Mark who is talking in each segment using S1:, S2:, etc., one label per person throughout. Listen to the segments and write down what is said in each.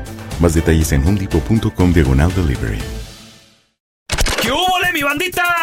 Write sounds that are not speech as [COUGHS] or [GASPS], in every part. S1: Más detalles en homedepot.com diagonal delivery.
S2: ¿Qué hubo, le, mi bandita?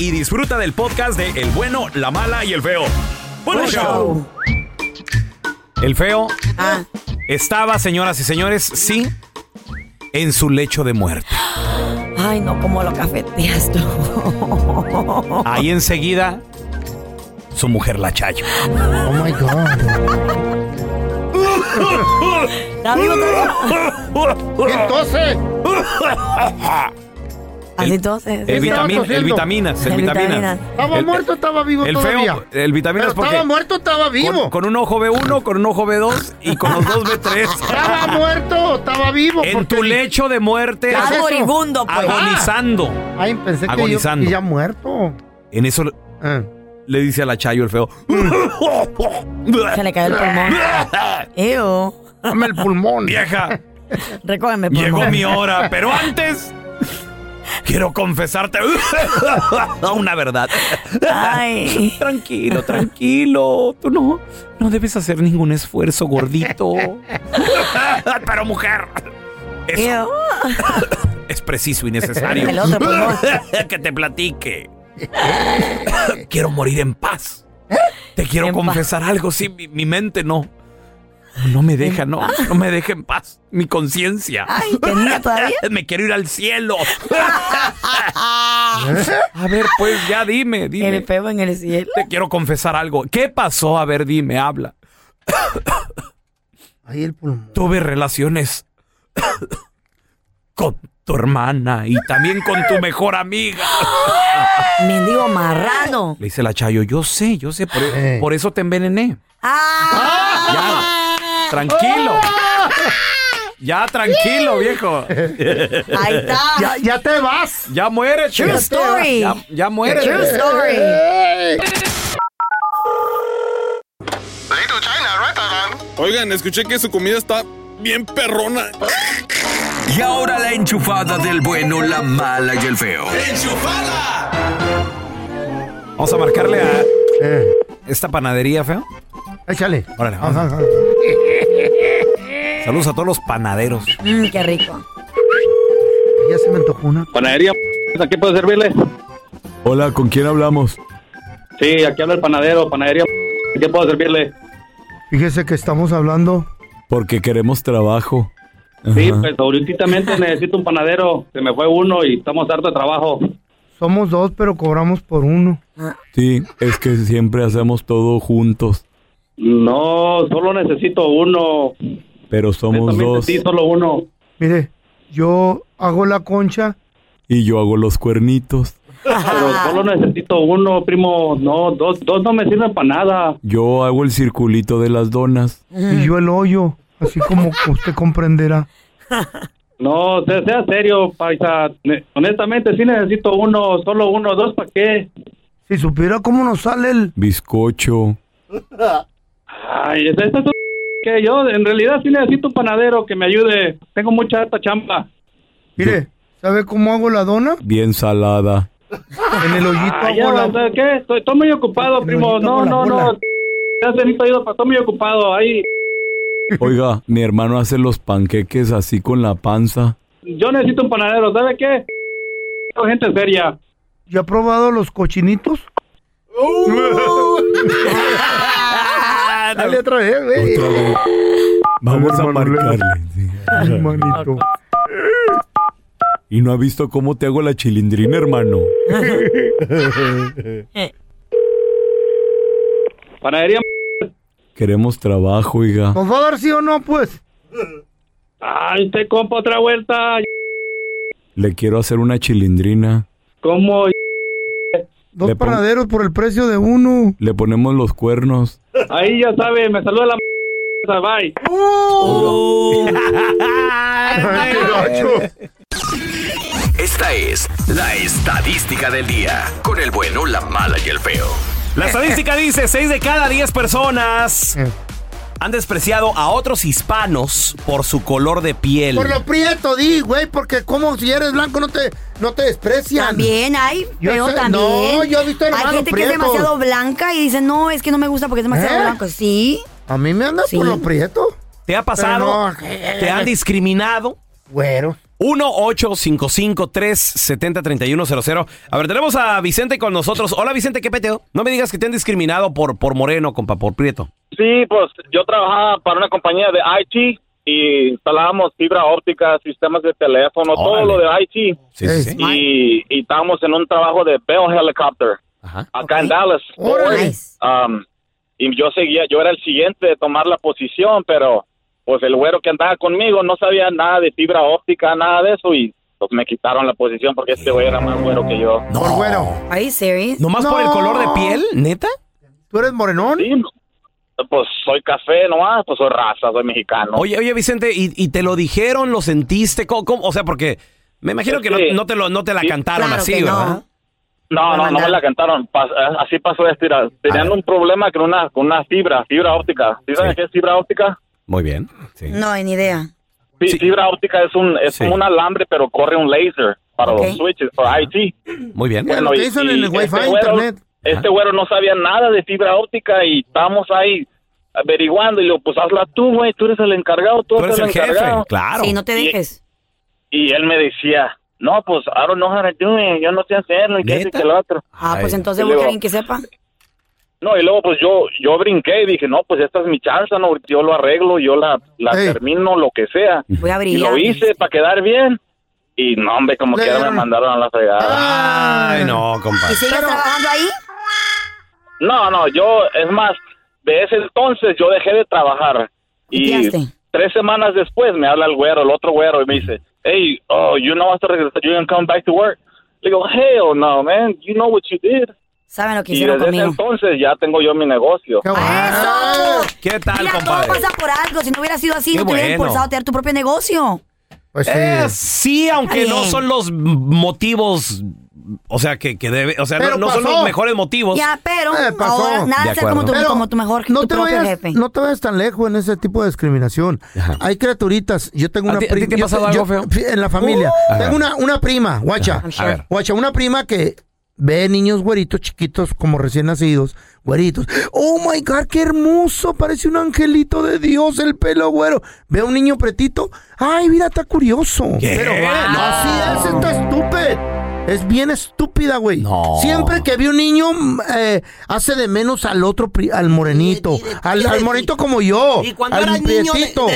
S2: y disfruta del podcast de El bueno, la mala y el feo. Bueno, show. El feo
S3: Ah.
S2: estaba, señoras y señores, sí, en su lecho de muerte.
S4: Ay, no, como lo
S2: [LAUGHS]
S4: cafeteas tú.
S3: Oh.
S2: Ahí enseguida, su mujer la chayo.
S3: Oh my God.
S4: ¿Está vivo [LAUGHS]
S3: Entonces,
S4: Así entonces.
S2: El, vitami-
S3: tosiendo.
S2: el vitaminas, el
S4: El
S2: vitaminas.
S4: vitaminas.
S3: estaba
S2: El-
S3: muerto, estaba vivo
S2: El
S3: todavía.
S2: feo, el vitaminas
S3: Pero
S2: porque
S3: estaba muerto, estaba vivo.
S2: con, con un ojo B1, con un ojo B2 y con los dos
S3: [LAUGHS]
S2: B3. [LAUGHS]
S3: Estaba muerto, estaba vivo.
S2: En
S3: porque-
S2: tu lecho de muerte,
S3: ¿Qué
S4: Está
S3: es eso?
S4: moribundo, pues.
S2: agonizando.
S3: Ay, pensé que, yo,
S2: Agonizando.
S3: que ya muerto.
S2: En eso
S3: Ah.
S2: le dice a la Chayo el feo.
S4: Se le cayó el
S2: [LAUGHS]
S4: pulmón. Ew.
S3: Dame el pulmón.
S2: Vieja,
S4: Recógeme el pulmón.
S2: "Mm, llegó mi hora, pero
S4: [LAUGHS]
S2: antes quiero confesarte [LAUGHS] una verdad.
S4: Ay.
S2: [LAUGHS] Tranquilo, tranquilo. Tú no, no debes hacer ningún esfuerzo, gordito. [LAUGHS] Pero mujer, es,
S4: Ew.
S2: es preciso y
S4: [LAUGHS]
S2: necesario
S4: El otro
S5: [LAUGHS]
S4: pues, pulmón.
S2: [LAUGHS] que te platique. [COUGHS] quiero morir en paz. Te quiero
S4: En paz.
S2: confesar algo, sí, mi, mi mente no. No me deja, no, no me deja en paz. Mi conciencia.
S4: Ay, ¿tenía todavía?
S2: [LAUGHS] Me quiero ir
S4: [LAUGHS]
S2: al cielo. [LAUGHS] A ver, pues ya dime, dime.
S4: El feo en el cielo.
S2: Te quiero confesar algo. ¿Qué pasó? A ver,
S3: [COUGHS]
S2: dime, habla.
S3: Ahí el pulmón.
S2: Tuve relaciones con tu hermana y también con tu mejor amiga.
S4: [GASPS] Mendigo marrano.
S2: Le dice la Chayo, yo sé, yo sé, por,
S3: Eh.
S2: por eso te envenené.
S4: Ah.
S2: Tranquilo. Ya, tranquilo, viejo.
S4: [LAUGHS] Ahí está.
S3: Ya, ya te vas.
S2: Ya muere,
S4: True
S3: Este,
S4: story.
S2: Ya, ya muere.
S4: True story.
S6: Oigan, escuché que su comida está bien perrona.
S7: Y ahora la enchufada del bueno, la mala y el feo.
S2: Vamos a marcarle a
S3: Eh,
S2: esta panadería, feo.
S3: échale.
S2: Órale, vamos.
S3: Ajá, ajá.
S2: Saludos a todos los panaderos.
S4: Mm, qué rico.
S3: Ya se me antojó una.
S8: Panadería, ¿a qué puedo servirle?
S7: Hola, ¿con quién hablamos?
S8: Sí, aquí habla el panadero, panadería, ¿a qué puedo servirle?
S3: Fíjese que estamos hablando.
S7: Porque queremos trabajo.
S8: Sí, pues ahorita [LAUGHS] necesito un panadero, se me fue uno y estamos harto de trabajo.
S3: Somos dos, pero cobramos por uno.
S7: Sí, es que siempre hacemos todo juntos,
S8: No, solo necesito uno.
S7: pero somos
S9: Pues
S8: Honestamente,
S7: dos.
S8: Sí, solo uno.
S3: Mire, yo hago la concha
S9: y yo hago los cuernitos.
S8: Pero solo necesito uno, primo. No, dos, dos no me sirven para nada.
S9: Yo hago el circulito de las donas.
S4: Mm.
S3: Y yo el hoyo, así como usted comprenderá.
S8: No, sea, sea serio, paisa. Ne- Honestamente, sí necesito uno, solo uno, dos, ¿para qué?
S3: Si supiera cómo nos sale el...
S9: Bizcocho.
S8: Ay, es- esto es un que yo en realidad sí necesito un panadero que me ayude. Tengo mucha esta chamba.
S3: Mire, ¿sabe cómo hago la dona?
S9: Bien salada.
S3: En el hoyito
S8: Ah,
S3: hago la...
S8: ya, ¿sabes ¿qué? Estoy, estoy muy ocupado, primo.
S3: ahorita
S8: No,
S3: con la
S8: no, no.
S3: bola.
S8: Ya se necesito ayuda, pa- estoy muy ocupado. Ahí,
S9: Oiga, mi hermano hace los panqueques así con
S3: [LAUGHS]
S9: la panza.
S8: yo necesito un panadero, ¿sabe qué? Tengo gente seria.
S3: ¿Ya ha probado los cochinitos?
S4: Uh.
S3: [LAUGHS] Dale otra vez, güey.
S9: Otra vez.
S3: [LAUGHS]
S9: Vamos a
S3: hermano, luego.
S9: marcarle. sí.
S3: Ay, manito.
S9: Y no ha visto cómo te hago la chilindrina, hermano.
S8: Panadería.
S9: Queremos trabajo, oiga.
S3: ¿Nos va a dar sí o no, pues?
S8: Ay, usted compa otra vuelta.
S9: Le quiero hacer una chilindrina.
S8: ¿Cómo?
S3: Dos
S9: Le pongo-
S3: panaderos por el precio de uno.
S9: Le ponemos los cuernos.
S8: Ahí ya sabe, me saluda la m****, bye.
S7: Esta es la estadística del día. Con el bueno, la mala y el feo.
S2: La estadística dice, 6 de cada 10 personas
S3: Eh.
S2: han despreciado a otros hispanos por su color de piel.
S3: Por lo prieto, di, güey, porque como si eres blanco no te, no te desprecian.
S4: También hay,
S3: Yo
S4: pero
S3: sé-
S4: también.
S3: no, yo he visto
S4: Hay
S3: hermanos
S4: gente que es
S3: prietos.
S4: demasiado blanca y dice, no, es que no me gusta porque es demasiado
S3: ¿Eh?
S4: blanco. Sí.
S3: A mí me andas
S4: Sí.
S3: por lo prieto.
S2: ¿Te ha pasado?
S3: Pero no.
S2: ¿Te han discriminado?
S3: Güero.
S2: 1-855-370-3100. A ver, tenemos a Vicente con nosotros. Hola, Vicente, ¿qué peteo? No me digas que te han discriminado por, por moreno, compa, por prieto.
S10: Sí, pues yo trabajaba para una compañía de IT y instalábamos fibra óptica, sistemas de teléfono, todo
S2: Órale.
S10: lo de IT.
S2: Sí,
S3: Ey,
S2: sí, sí.
S10: Y, y estábamos en un trabajo de Bell Helicopter
S2: Ajá.
S10: acá en
S4: Ok.
S10: Dallas.
S3: Órale.
S4: Nice.
S10: Um, y yo seguía, yo era el siguiente de tomar la posición, pero pues el güero que andaba conmigo no sabía nada de fibra óptica, nada de eso y pues me quitaron la posición porque este güey era más güero que yo.
S2: No.
S3: Por güero.
S4: Are you serious?
S2: ¿Nomás por el
S3: No.
S2: color de piel? ¿Neta?
S3: ¿Tú eres morenón?
S10: Sí, pues soy café nomás, pues soy raza, soy mexicano.
S2: Oye, oye, Vicente, ¿y, y te lo dijeron? ¿Lo sentiste? ¿Cómo- cómo? O sea, porque me imagino que no,
S10: Sí.
S2: no te, lo, no te la
S10: Sí.
S2: cantaron
S4: Claro
S2: así,
S4: que no.
S2: ¿verdad?
S10: No, no, no me la cantaron. Pas- eh, así pasó de estirar. Tenían un problema con una, con una fibra, fibra óptica. ¿Sí saben
S2: Sí.
S10: qué es fibra óptica?
S2: Muy bien. sí.
S4: No, ni idea.
S10: Fi-
S2: Sí.
S10: Fibra óptica es un es
S2: Sí.
S10: como un alambre, pero corre un láser para
S4: Ok.
S10: los switches, para IT.
S2: Muy bien.
S3: Bueno, lo que hizo en el Wi-Fi, internet.
S10: Este güero no sabía nada de fibra óptica y estábamos ahí averiguando. Y le digo, pues hazla tú, güey, tú eres el encargado, tú,
S2: Tú eres el jefe,
S10: encargado.
S2: claro.
S4: Sí, no te
S10: Y-
S4: dejes.
S10: Y él me decía, no, pues I don't know how to do it, yo no sé hacerlo, y que esto y
S2: ¿Neta?
S10: que lo otro.
S4: Ah, pues
S2: Ay.
S4: entonces
S10: Y
S4: busca
S10: luego-
S4: alguien que sepa.
S10: No, y luego pues yo yo brinqué y dije, no, pues esta es mi chance, no, yo lo arreglo, yo la, la
S3: Ey.
S10: termino, lo que sea.
S4: Voy a
S10: Y
S4: brillar.
S10: lo hice para quedar bien. Y no, hombre, como
S3: Le
S10: que me
S3: dieron-
S10: mandaron a la fregada.
S2: Ay, no, compa.
S4: ¿Y sigues trabajando ahí?
S10: No, no, yo, es más, de ese entonces yo dejé de trabajar. Y
S4: Quitaste.
S10: tres semanas después me habla el güero, el otro güero, y me dice, hey, oh, you know hasta regresar, you can come back to work. Le digo, hell no, man, you know what you did.
S4: Saben lo que
S10: Y
S4: hicieron
S10: desde ese
S4: conmigo. Ah,
S10: entonces ya tengo yo mi negocio.
S3: Qué
S10: Ah,
S4: ¡Eso!
S2: ¿Qué tal,
S4: Mira,
S2: compadre?
S4: todo pasa por algo. Si no hubiera sido así,
S2: Qué
S4: no te hubieran
S2: bueno.
S4: forzado a tener tu propio negocio.
S3: Pues sí.
S2: Eh, sí, aunque
S4: Está
S2: no
S4: bien.
S2: son los m- motivos, o sea, que, que debe, o sea, no,
S3: Pero
S2: no son
S3: pasó.
S2: los mejores motivos.
S4: Ya, pero
S3: Eh, pasó.
S4: ahora
S2: De
S4: nada sea como tu,
S3: Pero
S4: como tu mejor, tu
S3: te
S4: propio
S3: vayas,
S4: jefe.
S3: No te vayas tan lejos en ese tipo de discriminación.
S2: Ajá.
S3: Hay criaturitas. Yo tengo
S2: ¿A
S3: una
S2: ti- a ti
S3: prima.
S2: te ha pasado
S3: yo-
S2: algo
S3: yo- En la familia.
S2: Uh.
S3: Tengo una, una prima, guacha.
S4: I'm sure.
S2: ver.
S3: Guacha, una prima que ve niños güeritos chiquitos como recién nacidos, güeritos. Oh my God, qué hermoso, parece un angelito de Dios el pelo güero. Ve a un niño pretito, ay, mira, está curioso.
S2: ¿Qué?
S3: Pero
S2: No.
S3: así es, está estúpido. Es bien estúpida, güey.
S2: No.
S3: Siempre que ve un niño mm, eh, hace de menos al otro, pri- al morenito, al, al morenito como yo, al prietito.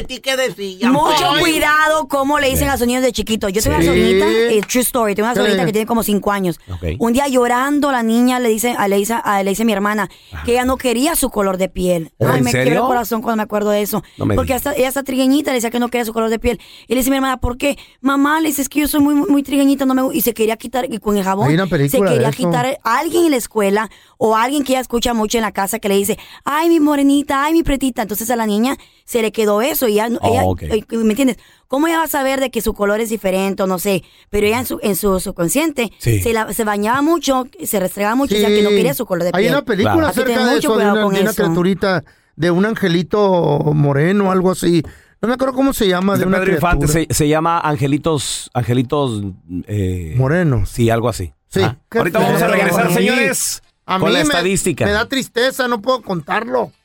S4: Mucho cuidado cómo le dicen a sus niños de chiquito. Yo tengo
S3: Sí.
S4: una sobrinita, eh, true story, tengo una
S3: ¿Qué le
S4: sobrinita
S3: dicen?
S4: que tiene como cinco años.
S2: Ok.
S4: Un día llorando la niña le dice, a- le dice, a- le dice a mi hermana que ella no quería su color de piel.
S2: ¿En
S4: Ay, me
S2: serio?
S4: quiebra el corazón cuando me acuerdo de eso.
S2: No me
S4: Porque
S2: digas.
S4: hasta, ella está trigueñita, le decía que no quería su color de piel. Y le dice a mi hermana, ¿por qué? Mamá, le dice, es que yo soy muy, muy trigueñita, no me gu-". Y se se quería quitar, y con el jabón,
S3: Hay una película
S4: se quería
S3: de eso.
S4: quitar a eh, alguien en la escuela o a alguien que ella escucha mucho en la casa que le dice, ay, mi morenita, ay, mi pretita. Entonces a la niña se le quedó eso y ella, no-
S11: Oh,
S4: ella-
S11: ok.
S4: eh, ¿me entiendes? ¿Cómo ella va a saber de que su color es diferente o no sé? Pero ella en su, en su subconsciente
S3: Sí.
S4: se, la- se bañaba mucho, se restregaba mucho, o sea,
S3: Sí.
S4: que no quería su color de piel.
S3: Hay una película
S4: Así que
S3: acerca
S4: ten
S3: de
S4: mucho
S3: eso, de
S4: cuidado
S3: una,
S4: con
S3: de una
S4: eso.
S3: criaturita, de un angelito moreno, algo así. No me acuerdo cómo se llama, de
S12: De
S3: una
S12: Pedro
S3: criatura.
S12: Infante se, se llama Angelitos. Angelitos. eh,
S3: Morenos.
S12: Sí, algo así.
S3: Sí.
S12: Ah,
S3: Qué
S12: Ahorita vamos a
S3: feo,
S12: regresar,
S3: a mí.
S12: señores.
S3: A
S12: con
S3: mí
S12: la
S3: me-
S12: estadística.
S3: Me, da tristeza, no puedo contarlo.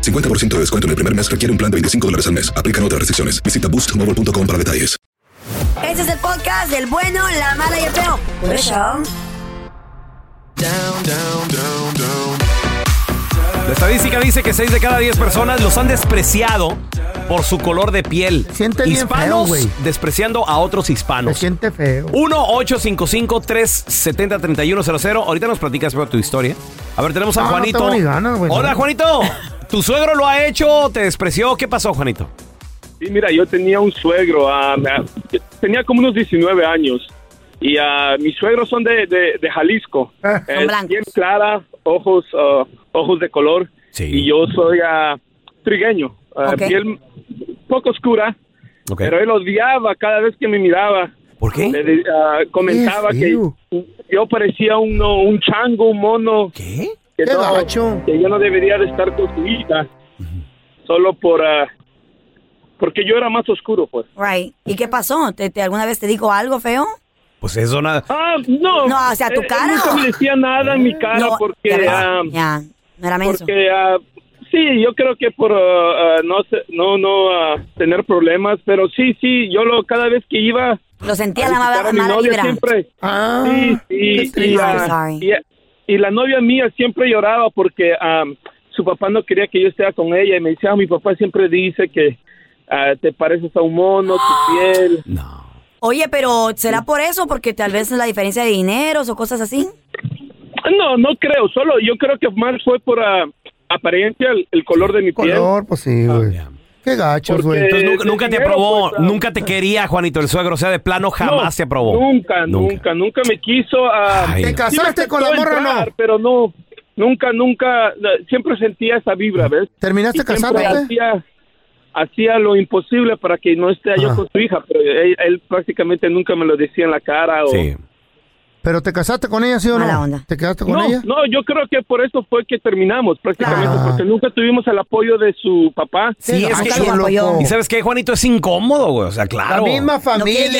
S13: 50% de descuento en el primer mes requiere un plan de 25 dólares al mes. Aplican otras restricciones. Visita boostmobile.com para detalles.
S4: Este es el podcast del bueno, la mala y el feo. Por eso.
S2: La estadística dice que 6 de cada 10 personas los han despreciado por su color de piel.
S3: bien
S2: hispanos
S3: feo, güey.
S2: despreciando a otros
S3: Se
S2: hispanos.
S3: siente feo.
S2: 1-855-370-3100. Ahorita nos platicas pero, tu historia. A ver, tenemos a
S3: Ah, No, no
S2: Juanito.
S3: tengo ni ganas, güey,
S2: Hola,
S3: no.
S2: Juanito. ¿Tu suegro lo ha hecho? ¿Te despreció? ¿Qué pasó, Juanito?
S14: Sí, mira, yo tenía un suegro, ah, ah, tenía como unos 19 años y ah, mis suegros son de, de- de Jalisco.
S4: son
S14: Es
S4: blancos.
S14: Bien clara, ojos, ah, ojos de color y yo soy ah, trigueño, ah,
S4: Ok.
S14: piel poco oscura,
S2: Ok.
S14: pero él odiaba cada vez que me miraba. ah,
S2: ¿Por qué?
S14: comentaba
S3: Qué
S14: que
S3: feo.
S14: yo parecía uno, un chango, un mono.
S2: ¿Qué?
S14: Que,
S3: Qué
S14: no,
S3: gacho.
S14: que yo no debería de estar con su hija solo por ah, porque yo era más oscuro pues
S4: Right. ¿Y qué pasó? ¿Te, te- alguna vez te dijo algo feo?
S2: Pues eso nada.
S14: ah no
S4: No, o sea, tu
S14: Eh,
S4: cara.
S14: nunca me decía nada en mi cara
S4: Mm, No,
S14: porque
S4: ya ves,
S14: ah,
S4: ya, no era menso.
S14: porque ah, sí yo creo que por ah, ah, no sé- no no ah, tener problemas pero sí sí yo lo cada vez que iba
S4: Lo sentía
S14: a
S4: la mala,
S14: visitar a mi
S4: mala
S14: novia
S4: vibra.
S14: siempre sí,
S4: Ah, qué
S14: sí, y,
S4: triste.
S14: ah,
S4: I'm sorry.
S14: y- y la novia mía siempre lloraba porque ah, su papá no quería que yo estuviera con ella y me decía, "Ah, mi papá siempre dice que ah, te pareces a un mono,
S4: [GASPS]
S14: tu piel.
S4: Oye, pero ¿será por eso? Porque tal vez la diferencia de dineros o cosas así.
S14: No, no creo, solo yo creo que más fue por ah, apariencia, el, el color de mi piel.
S3: Color, pues sí,
S11: Ah,
S3: güey. Qué gachos,
S14: Porque-
S3: güey.
S2: Entonces,
S14: Eh,
S2: nunca,
S14: de
S2: nunca te
S14: dinero,
S2: aprobó,
S14: pues, ah.
S2: nunca te quería, Juanito, el suegro. O sea, de plano jamás
S14: No,
S2: se aprobó.
S14: Nunca, nunca, nunca, me quiso. ah,
S2: Ay, ¿Te no.
S3: casaste
S14: me aceptó
S3: con la morra o no?
S14: entrar, Pero no, nunca, nunca, eh, siempre sentía esa vibra, ¿ves?
S3: ¿Terminaste
S14: Y siempre
S3: casándote?
S14: Hacía, hacía lo imposible para que no esté
S2: Ah.
S14: yo con su hija, pero él, él prácticamente nunca me lo decía en la cara. O,
S11: pues,
S3: ¿Pero te casaste con ella, sí o no? ¿Te quedaste con
S14: no,
S3: ella? Ah.
S14: no, yo creo que por eso fue que terminamos prácticamente, porque nunca tuvimos el apoyo de su papá.
S2: Sí, es que- Y sabes qué, Juanito, es incómodo, güey. O sea, claro. Pues,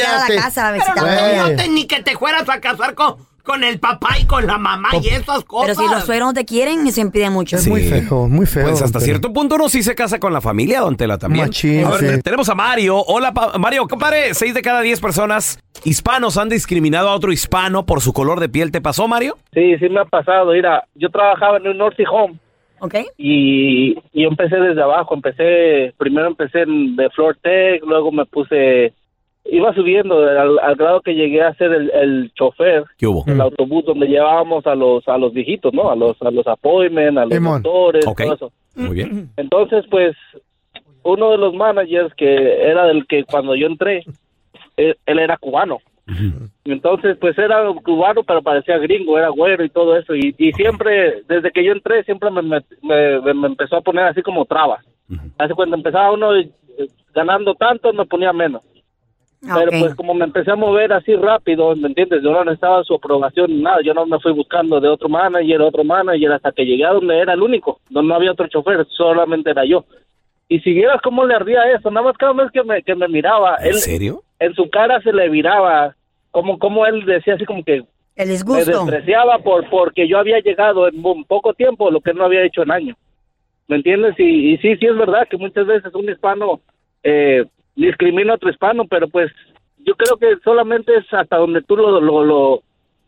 S11: Pero no, no te- ni que te fueras a casar con, con el papá y con la mamá y esas
S4: Pero
S11: cosas.
S4: si los suegros no te quieren, se impide mucho.
S2: Sí.
S3: muy feo.
S2: Pues hasta
S3: pero-
S2: cierto punto uno sí se casa con la familia, don Tela, también.
S3: Machín,
S2: A ver,
S3: sí.
S2: Tenemos a Mario. Hola, pa- Mario, compadre. Seis de cada diez personas hispanos han discriminado a otro hispano por su color de piel. ¿Te pasó, Mario?
S15: Sí, sí me ha pasado. Mira, yo trabajaba en un Norte Home
S4: ¿Ok?
S15: y, y yo empecé desde abajo. Empecé, primero empecé en- de Floor Tech, luego me puse iba subiendo al, al grado que llegué a ser el, el chofer
S12: ¿Qué hubo?
S15: del autobús donde llevábamos a los a los viejitos, ¿no? A los a los appointments, a los
S12: Simón.
S15: doctores,
S12: Ok.
S15: todo eso.
S12: Muy bien.
S15: Entonces, pues, uno de los managers que era del que cuando yo entré, él, él era cubano. Entonces, pues era cubano, pero parecía gringo, era güero y todo eso. Y, y siempre, desde que yo entré, siempre me, met- me- me- me empezó a poner así como trabas. Hace cuando empezaba uno eh, ganando tanto, me ponía menos. Pero
S16: Ok.
S15: pues como me empecé a mover así rápido, ¿me entiendes? Yo no necesitaba su aprobación ni nada. Yo no me fui buscando de otro manager, otro manager, hasta que llegué a donde era el único. Donde no había otro chofer, solamente era yo. Y si vieras cómo le ardía eso, nada más cada vez que me, que me miraba.
S12: ¿En
S15: él-
S12: serio?
S15: En su cara se le viraba, como, como él decía así como que...
S4: El
S15: Me despreciaba por, porque yo había llegado en un poco tiempo lo que él no había hecho en años. ¿Me entiendes? Y, y sí, sí es verdad que muchas veces un hispano eh, discrimina a otro hispano, pero pues yo creo que solamente es hasta donde tú lo, lo, lo,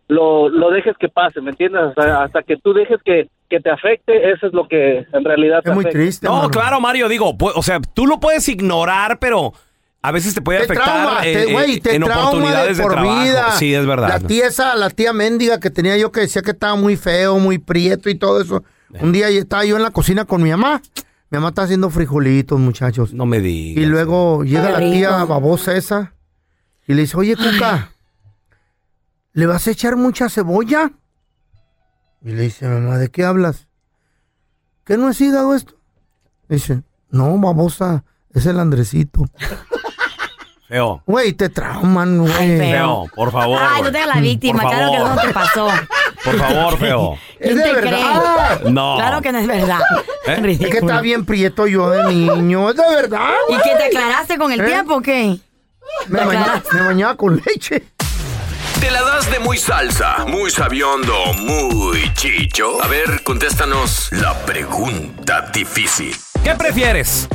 S15: lo, lo dejes que pase, ¿me entiendes? Hasta, hasta que tú dejes que, que te afecte, eso es lo que en realidad te afecta.
S2: No, claro, Mario, digo, pu- o sea, tú lo puedes ignorar, pero a veces te puede
S3: Te
S2: afectar
S3: trauma,
S2: eh,
S3: te, güey,
S2: eh,
S3: te
S2: en
S3: trauma de
S2: oportunidades de,
S3: por
S2: trabajo.
S3: vida.
S2: Sí, es verdad.
S3: La tía esa, la tía mendiga que tenía yo que decía que estaba muy feo, muy prieto y todo eso. Un día yo estaba yo en la cocina con mi mamá. Mi mamá está haciendo frijolitos, muchachos.
S12: No me digas.
S3: Y luego llega
S12: Qué
S3: la
S12: rico.
S3: tía babosa esa y le dice, oye, Cuca, ¿le vas a echar mucha cebolla? Y le dice, mamá, ¿de qué hablas? ¿Qué no es hígado esto? Dice, no, babosa, es el Andresito.
S2: Feo.
S3: Güey, te trauman, güey.
S2: Feo, por favor.
S4: Ay, no
S2: güey.
S4: te hagas la víctima,
S2: Por
S4: claro que
S2: favor.
S4: no te
S2: [LAUGHS]
S4: pasó.
S2: Por
S3: [LAUGHS]
S2: favor, feo.
S4: ¿Quién
S3: de
S4: te
S3: verdad.
S4: cree?
S2: No. ¿Eh?
S4: Claro que no es verdad.
S3: Es que está bien prieto yo de niño, es de verdad. ¿Eh?
S4: ¿Y qué te aclaraste con el tiempo o qué?
S3: Me,
S4: ¿Te
S3: baña-
S4: aclaraste?
S3: me bañaba con leche.
S7: ¿Te la das de muy salsa, muy sabiondo, muy chicho? A ver, contéstanos la pregunta difícil.
S2: ¿Qué prefieres?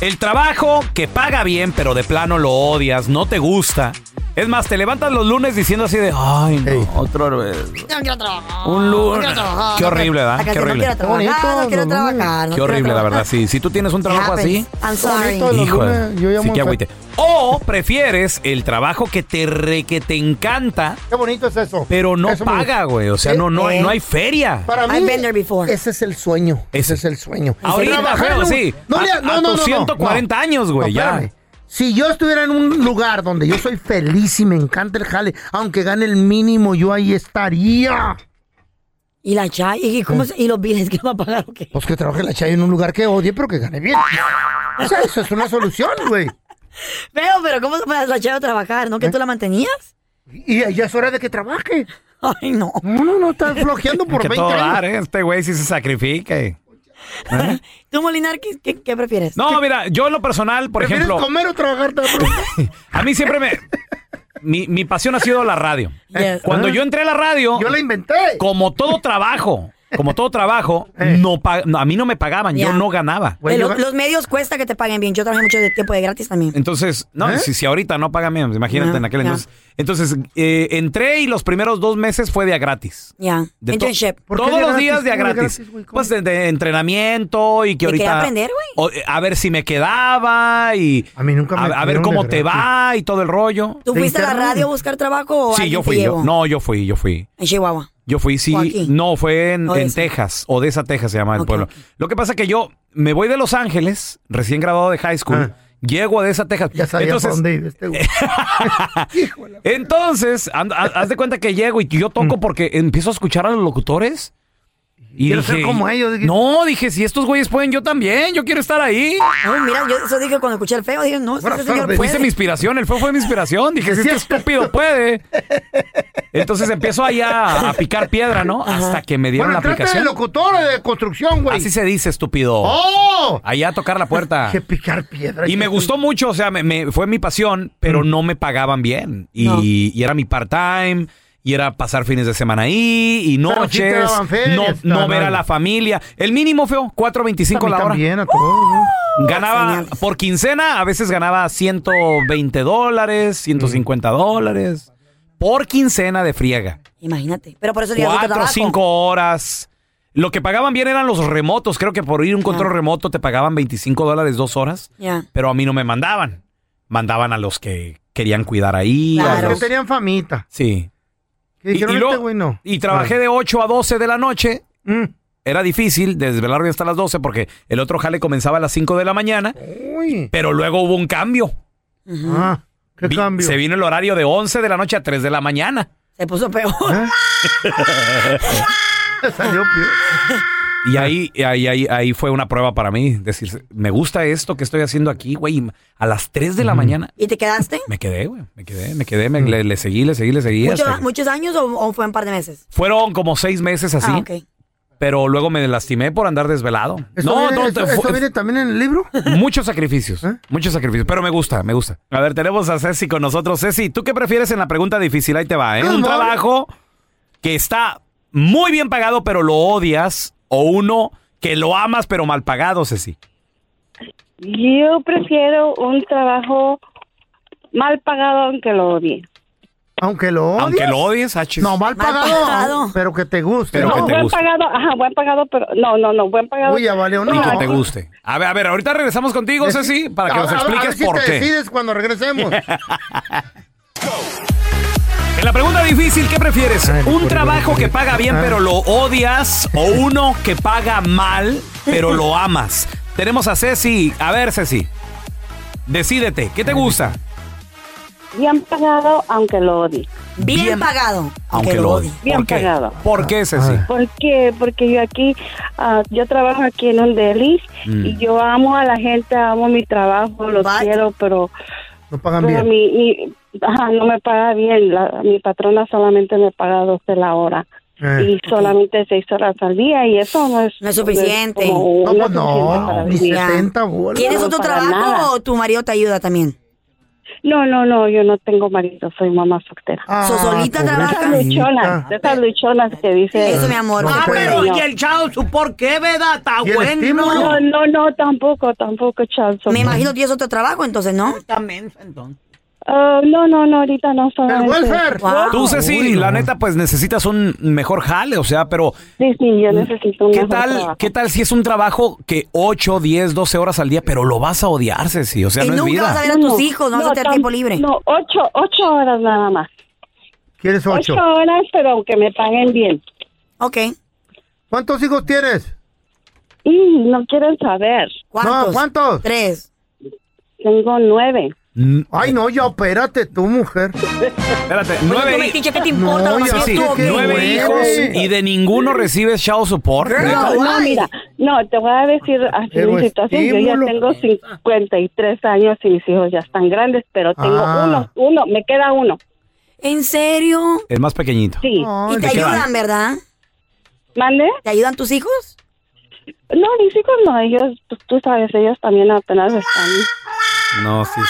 S2: ¿El trabajo que paga bien, pero de plano lo odias, no te gusta? Es más, te levantas los lunes diciendo así de, ay, no, otra vez.
S4: No quiero trabajar.
S2: ¿Eh? Un
S4: no quiero
S2: lunes.
S4: trabajar,
S2: Qué
S4: no
S2: horrible,
S4: quiero-
S2: ¿verdad?
S4: acá
S2: Qué
S4: que
S2: horrible.
S4: No quiero trabajar, no quiero trabajar. no
S2: Qué
S4: quiero
S2: horrible, la
S4: trabajar.
S2: verdad. Sí, si tú tienes un trabajo así,
S4: Happens. I'm sorry.
S2: hijo, sí te agüite. O prefieres el trabajo que te re, que te encanta,
S3: Qué bonito es eso.
S2: pero no
S3: Eso me
S2: paga, güey. O sea,
S3: Eh,
S2: no, no, hay-
S3: eh.
S2: no hay feria.
S3: Para mí, ese es el sueño. Ese es el sueño.
S2: Ahorita,
S3: Trabajar en
S2: feo,
S3: un-
S2: sí.
S3: No,
S2: A-
S3: le-
S2: a
S3: no, no,
S2: tus
S3: no, no.
S2: 140 años, güey, ya.
S3: espérame. Si yo estuviera en un lugar donde yo soy feliz y me encanta el jale, aunque gane el mínimo, yo ahí estaría.
S4: ¿Y la chay? ¿Y, cómo se- y los bienes que va a pagar o qué?
S3: Pues que trabaje la chay en un lugar que odie, pero que gane bien. O sea, eso es una solución, güey.
S4: Veo, pero ¿cómo se puede la chay a trabajar? ¿No que tú la mantenías?
S3: ¿Eh? Y ya es hora de que trabaje.
S4: Ay, no.
S3: No, no,
S4: [LAUGHS]
S3: no, estás flojeando
S2: Hay
S3: por
S2: que
S3: 20
S2: todo
S3: años.
S2: dar, ¿eh? Este güey sí se sacrifica. eh.
S4: ¿Tú, Molinar, qué, qué- qué prefieres?
S2: No, mira, yo en lo personal, por
S3: ¿Prefieres
S2: ejemplo,
S3: comer
S4: [LAUGHS]
S3: o trabajar? te pregunto?
S2: a mí siempre me... Mi, mi pasión ha sido la radio.
S3: Yes.
S2: Cuando yo entré a la radio...
S3: Ah. Yo la inventé.
S2: Como todo trabajo, como todo trabajo,
S3: Eh.
S2: no pa- no, a mí no me pagaban, yo
S4: Ya.
S2: no ganaba.
S4: Eh, lo- los medios cuesta que te paguen bien. Yo trabajé mucho de tiempo de gratis también.
S2: Entonces, no,
S4: ¿Eh?
S2: si, si ahorita no pagan menos, imagínate
S4: No,
S2: en aquel
S4: ya.
S2: entonces. Entonces, eh, entré y los primeros dos meses fue de a gratis.
S4: Ya.
S2: De to-
S4: Internship.
S2: todos los días de a gratis. pues de, de entrenamiento y que
S4: De
S2: ahorita.
S4: querer aprender,
S2: o- eh, A ver si me quedaba y. A mí nunca
S3: me
S2: A, ver
S3: dieron
S2: cómo
S3: de
S2: te
S3: gratis.
S2: va y todo el rollo.
S4: ¿Tú fuiste a la radio a buscar trabajo o
S2: Sí,
S4: alguien
S2: yo
S4: te
S2: fui. Yo,
S4: llevó?
S2: no, yo fui, yo fui.
S4: En Chihuahua.
S2: Yo fui, sí.
S4: ¿O aquí?
S2: No, fue en, en
S4: Odessa.
S2: Texas. Odessa, Texas se llama el pueblo. Lo que pasa que yo me voy de Los Ángeles, recién graduado de high school. Llego a Odessa, Texas.
S3: Ah. Ya sabía
S2: Entonces, eh,
S3: por dónde iba este güey.
S2: entonces, ando- ha- haz de cuenta que llego y yo
S3: Mm.
S2: toco porque empiezo a escuchar a los locutores. Y
S3: Quiero
S2: dije,
S3: ser como ellos, dije.
S2: no, dije, si estos güeyes pueden, yo también, yo quiero estar ahí.
S4: Ay, mira, yo eso dije cuando escuché el feo. Dije, no, este señor
S2: Fuiste
S4: puede.
S2: mi inspiración, el fue fue mi inspiración. Dije, si este estúpido puede. Entonces empiezo allá a picar piedra, ¿no? Hasta que me dieron
S3: Bueno,
S2: la
S3: entraste de
S2: aplicación.
S3: locutor o de construcción, güey.
S2: Así se dice, estúpido.
S3: ¡Oh!
S2: Allá a tocar la puerta.
S3: Que picar piedra. Mm.
S2: Y me gustó mucho, o sea, me, me- fue mi pasión, pero no me pagaban bien. Y,
S3: No.
S2: y era mi part-time, y era pasar fines de semana ahí, y
S3: Pero sí te
S2: noches,
S3: daban ferias,
S2: no,
S3: te
S2: no
S3: daban
S2: ver a
S3: algo.
S2: la familia. El mínimo, feo, 4.25 la hora. Uh,
S3: También a todos, ¿no?
S2: Ganaba por quincena, a veces ganaba 120 dólares, 150 dólares, por quincena de friega.
S4: Imagínate. Pero por eso le digo que
S2: Cuatro,
S4: trabajo.
S2: cinco horas. Lo que pagaban bien eran los remotos. Creo que por ir un control remoto te pagaban 25 dólares dos horas.
S4: Ya.
S2: Pero a mí no me mandaban. Mandaban a los que querían cuidar ahí. a
S3: Los
S2: los-
S3: que tenían famita.
S2: Sí.
S3: Que dijeron,
S2: y luego-
S3: este güey no.
S2: Y trabajé de 8 a 12 de la noche.
S3: Mm.
S2: Era difícil desvelarme hasta las 12 porque el otro jale comenzaba a las 5 de la mañana. Pero luego hubo un cambio.
S3: Ah, ¿qué
S2: Vi-
S3: cambio?
S2: Se vino el horario de 11 de la noche a 3 de la mañana.
S4: Se puso peor.
S3: [LAUGHS] ¿Eh? Salió peor.
S2: [LAUGHS] y ahí, y ahí, ahí, ahí fue una prueba para mí. Decir, me gusta esto que estoy haciendo aquí, güey. A las 3 de la mañana
S4: ¿Y te quedaste?
S2: me quedé, güey. Me quedé, me quedé, me- le, le seguí, le seguí, le seguí.
S4: ¿Muchos-
S2: hasta que-
S4: ¿Muchos años o, o fue un par de meses?
S2: Fueron como seis meses así.
S4: Ah, ok.
S2: Pero luego me lastimé por andar desvelado.
S3: ¿Eso
S2: no,
S3: viene-
S2: no,
S3: eso-
S2: te-
S3: eso
S2: fue-
S3: viene ¿Eh? también en el libro?
S2: Muchos sacrificios, muchos sacrificios, pero me gusta, me gusta. A ver, tenemos a Ceci con nosotros. Ceci, ¿tú qué prefieres en la pregunta difícil? Ahí te va, ¿eh?
S3: Come
S2: Un
S3: on.
S2: trabajo que está muy bien pagado, pero lo odias, o uno que lo amas, pero mal pagado, Ceci.
S16: [LAUGHS] Yo prefiero un trabajo mal pagado aunque lo odie.
S3: Aunque lo odies.
S2: Aunque lo odies, achis.
S3: No, mal
S16: Mal
S3: pagado.
S16: pagado.
S3: Pero que te guste.
S2: Pero
S3: ¿no?
S2: que te
S16: Buen
S2: guste.
S16: pagado, ajá, buen pagado, pero no, no, no, buen pagado.
S3: Uy, ya valió,
S2: Y que
S3: no.
S2: te guste. A ver, a ver, ahorita regresamos contigo, Ceci, para que
S3: Ah. A-
S2: nos
S3: a- a ver
S2: expliques
S3: si
S2: por
S3: te
S2: qué.
S3: decides cuando
S2: [LAUGHS]
S3: regresemos.
S2: En la pregunta difícil, ¿qué prefieres? ¿Un trabajo que paga bien
S11: Ah.
S2: pero lo odias o uno que paga mal
S11: [LAUGHS]
S2: pero lo amas? Tenemos a Ceci. A ver, Ceci. Decídete, ¿qué te gusta?
S16: Bien pagado aunque lo odie.
S4: Bien, pagado.
S2: Aunque lo odie.
S16: Bien
S2: ¿Por qué?
S16: pagado.
S2: ¿Por
S11: Ah,
S2: qué, Ceci?
S16: ¿Por qué? Porque yo aquí, ah, yo trabajo aquí en un deli
S2: Mm.
S16: y yo amo a la gente, amo mi trabajo, lo quiero, pero...
S3: No pagan
S16: pero
S3: bien.
S16: mi- mi- ajá, no me paga bien. La- mi patrona solamente me paga 12 la hora.
S3: Eh.
S16: Y solamente seis horas al día y eso no es...
S4: No es suficiente.
S16: como-
S3: No, pues no,
S16: para
S3: ni
S16: vivir.
S3: 70 bolas.
S4: ¿Tienes otro
S16: para
S4: trabajo
S16: nada.
S4: o tu marido te ayuda también?
S16: No, no, no, yo no tengo marido, soy mamá soltera.
S4: So, solita
S3: Ah,
S16: De
S4: trabaja.
S16: esas luchonas, de esas luchonas que dice...
S4: Eso, mi amor.
S11: ah, pero
S16: No.
S11: ¿y el chao su por qué, verdad? Está
S4: Ah,
S11: bueno.
S16: No, no, no, tampoco, tampoco, Charles.
S4: Me imagino que tienes otro trabajo, entonces, ¿no?
S16: Ah, no, no, no, ahorita no solamente. Wow.
S2: Tú, Ceci, la neta, pues necesitas un mejor jale, o sea, pero
S16: Sí, sí, yo necesito un
S2: ¿qué
S16: mejor
S2: tal,
S16: trabajo.
S2: ¿qué tal si es un trabajo que 8, 10, 12 horas al día, pero lo vas a odiar, Ceci? O sea,
S4: Y
S2: no es
S4: Eh, nunca
S2: vida.
S4: vas a ver a tus hijos, no vas a tener
S16: tam-
S4: tiempo libre.
S16: No, ocho, ocho horas nada más.
S3: ¿Quieres
S16: Ocho
S3: ocho?
S16: horas, pero que me paguen bien.
S4: Ok.
S3: ¿Cuántos hijos tienes?
S16: Y Mm, no quieren saber.
S3: ¿Cuántos? No, ¿cuántos?
S4: Tres.
S16: Tengo nueve.
S3: Ay, no, ya opérate tú, mujer.
S2: Espérate,
S4: tú,
S2: nueve hijos.
S4: metiche, ¿qué te importa?
S3: No,
S4: Nomás
S3: ya
S4: eres
S3: sí,
S4: tú, ¿o qué?
S2: Nueve
S3: güey.
S2: hijos y de ninguno recibes child support.
S16: No, no, mira, no, te voy a decir así
S2: Pero
S16: mi situación. Yo ya
S2: Ah, estímulo.
S16: tengo 53 años y mis hijos ya están grandes, pero tengo
S2: Ah.
S16: uno, uno, me queda uno.
S4: ¿En serio?
S2: El más pequeñito.
S16: Sí.
S4: y te
S2: ¿de qué
S4: ayudan, ¿verdad?
S16: ¿Mande?
S4: ¿Te ayudan tus hijos?
S16: No, mis hijos no, ellos, pues, tú sabes, ellos también apenas están.
S2: No, sí.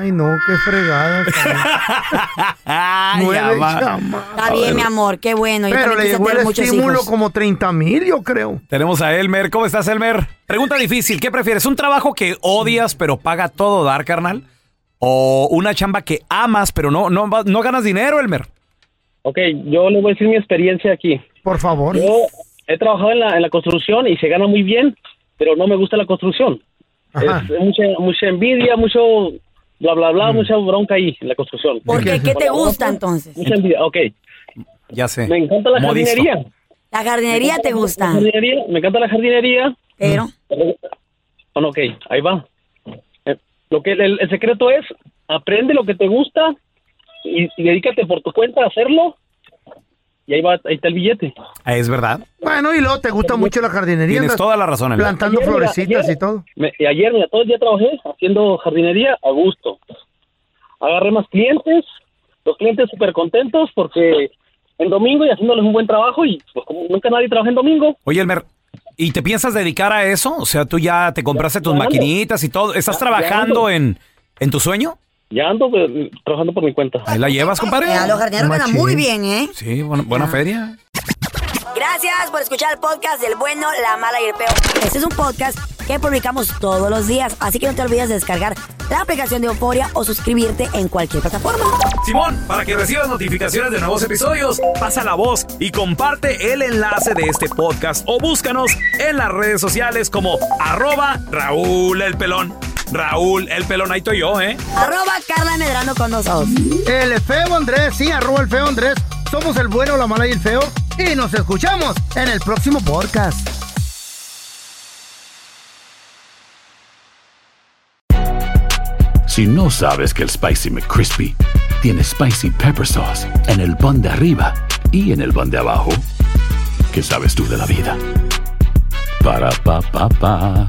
S3: Ay, no, qué
S4: [LAUGHS]
S3: fregada. Nueve chamas.
S4: Está bien, mi amor, qué bueno. Yo
S3: Pero
S4: también
S3: le
S4: quise
S3: llegó
S4: tener
S3: el
S4: muchos
S3: estímulo
S4: hijos.
S3: como 30 mil, yo creo.
S2: Tenemos a Elmer. ¿Cómo estás, Elmer? Pregunta difícil. ¿Qué prefieres? ¿Un trabajo que odias pero paga todo dar, carnal? ¿O una chamba que amas pero no, no, va- no ganas dinero, Elmer?
S17: Ok, yo le voy a decir mi experiencia aquí.
S3: Por favor.
S17: Yo he trabajado en la, en la construcción y se gana muy bien, pero no me gusta la construcción.
S3: Ajá. Mm.
S17: Es mucha, mucha envidia, mucho bla, bla, bla, mucha bronca ahí en la construcción.
S4: ¿Por qué? ¿Qué te
S17: Por la
S4: gusta
S17: bronca,
S4: entonces?
S17: Mucha envidia, ok.
S2: Ya sé.
S17: Me encanta la
S2: Modisto.
S17: jardinería.
S4: La jardinería te gusta.
S17: La jardinería, me encanta la jardinería.
S4: Pero.
S17: Bueno, Ah, ok, ahí va. Eh, Lo que el, el secreto es, aprende lo que te gusta y, y dedícate por tu cuenta a hacerlo. Y ahí va, ahí está el billete.
S2: Ah, Es verdad.
S3: Bueno, y luego te gusta mucho la jardinería.
S2: Tienes
S3: andas
S2: toda la razón, Elmer.
S3: Plantando
S17: Ayer, mira,
S3: florecitas
S17: ayer.
S3: y todo.
S17: Me- y ayer, mira, todo el día trabajé haciendo jardinería a gusto. Agarré más clientes, los clientes súper contentos porque en domingo y haciéndoles un buen trabajo y pues como nunca nadie trabaja en domingo.
S2: Oye, Elmer, ¿y te piensas dedicar a eso? O sea, tú ya te compraste tus
S17: Ya ando.
S2: maquinitas y todo. ¿Estás
S17: Ya-
S2: trabajando
S17: ya ando.
S2: en, en tu sueño?
S17: Ya ando pues, trabajando por mi cuenta.
S2: Ahí la
S4: Ah,
S2: llevas, compadre.
S4: A los jardineros ganan muy bien, ¿eh?
S2: Sí, buena, buena feria.
S4: Gracias por escuchar el podcast del bueno, la mala y el peo. Este es un podcast que publicamos todos los días, así que no te olvides de descargar la aplicación de Euforia o suscribirte en cualquier plataforma.
S2: Simón, para que recibas notificaciones de nuevos episodios, pasa la voz y comparte el enlace de este podcast o búscanos en las redes sociales como arroba Raúl el Pelón. Raúl, el pelonadito y yo, ¿eh?
S4: Arroba Carla Medrano con nosotros.
S3: El feo Andrés, sí, arroba el feo Andrés. Somos el bueno, la mala y el feo. Y nos escuchamos en el próximo podcast.
S18: Si no sabes que el Spicy McCrispy tiene Spicy Pepper Sauce en el pan de arriba y en el pan de abajo, ¿qué sabes tú de la vida? Para, pa, pa, pa.